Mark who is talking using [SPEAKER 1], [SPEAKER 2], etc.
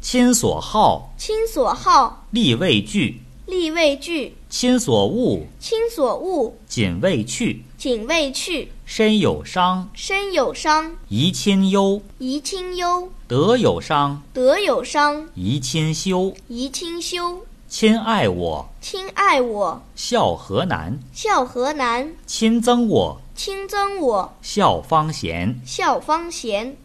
[SPEAKER 1] 亲所好，
[SPEAKER 2] 亲所好，
[SPEAKER 1] 力为具；
[SPEAKER 2] 力为具；
[SPEAKER 1] 亲所恶，
[SPEAKER 2] 亲所恶，
[SPEAKER 1] 谨为去。
[SPEAKER 2] 谨为去。
[SPEAKER 1] 身有伤，
[SPEAKER 2] 身有伤，
[SPEAKER 1] 贻亲忧；
[SPEAKER 2] 贻亲忧；
[SPEAKER 1] 德有伤，
[SPEAKER 2] 德有伤，
[SPEAKER 1] 贻亲羞。
[SPEAKER 2] 贻亲羞。
[SPEAKER 1] 亲爱我，
[SPEAKER 2] 亲爱我，
[SPEAKER 1] 孝何难；
[SPEAKER 2] 孝何难；
[SPEAKER 1] 亲憎我，
[SPEAKER 2] 亲憎我，
[SPEAKER 1] 孝方贤。
[SPEAKER 2] 孝方贤。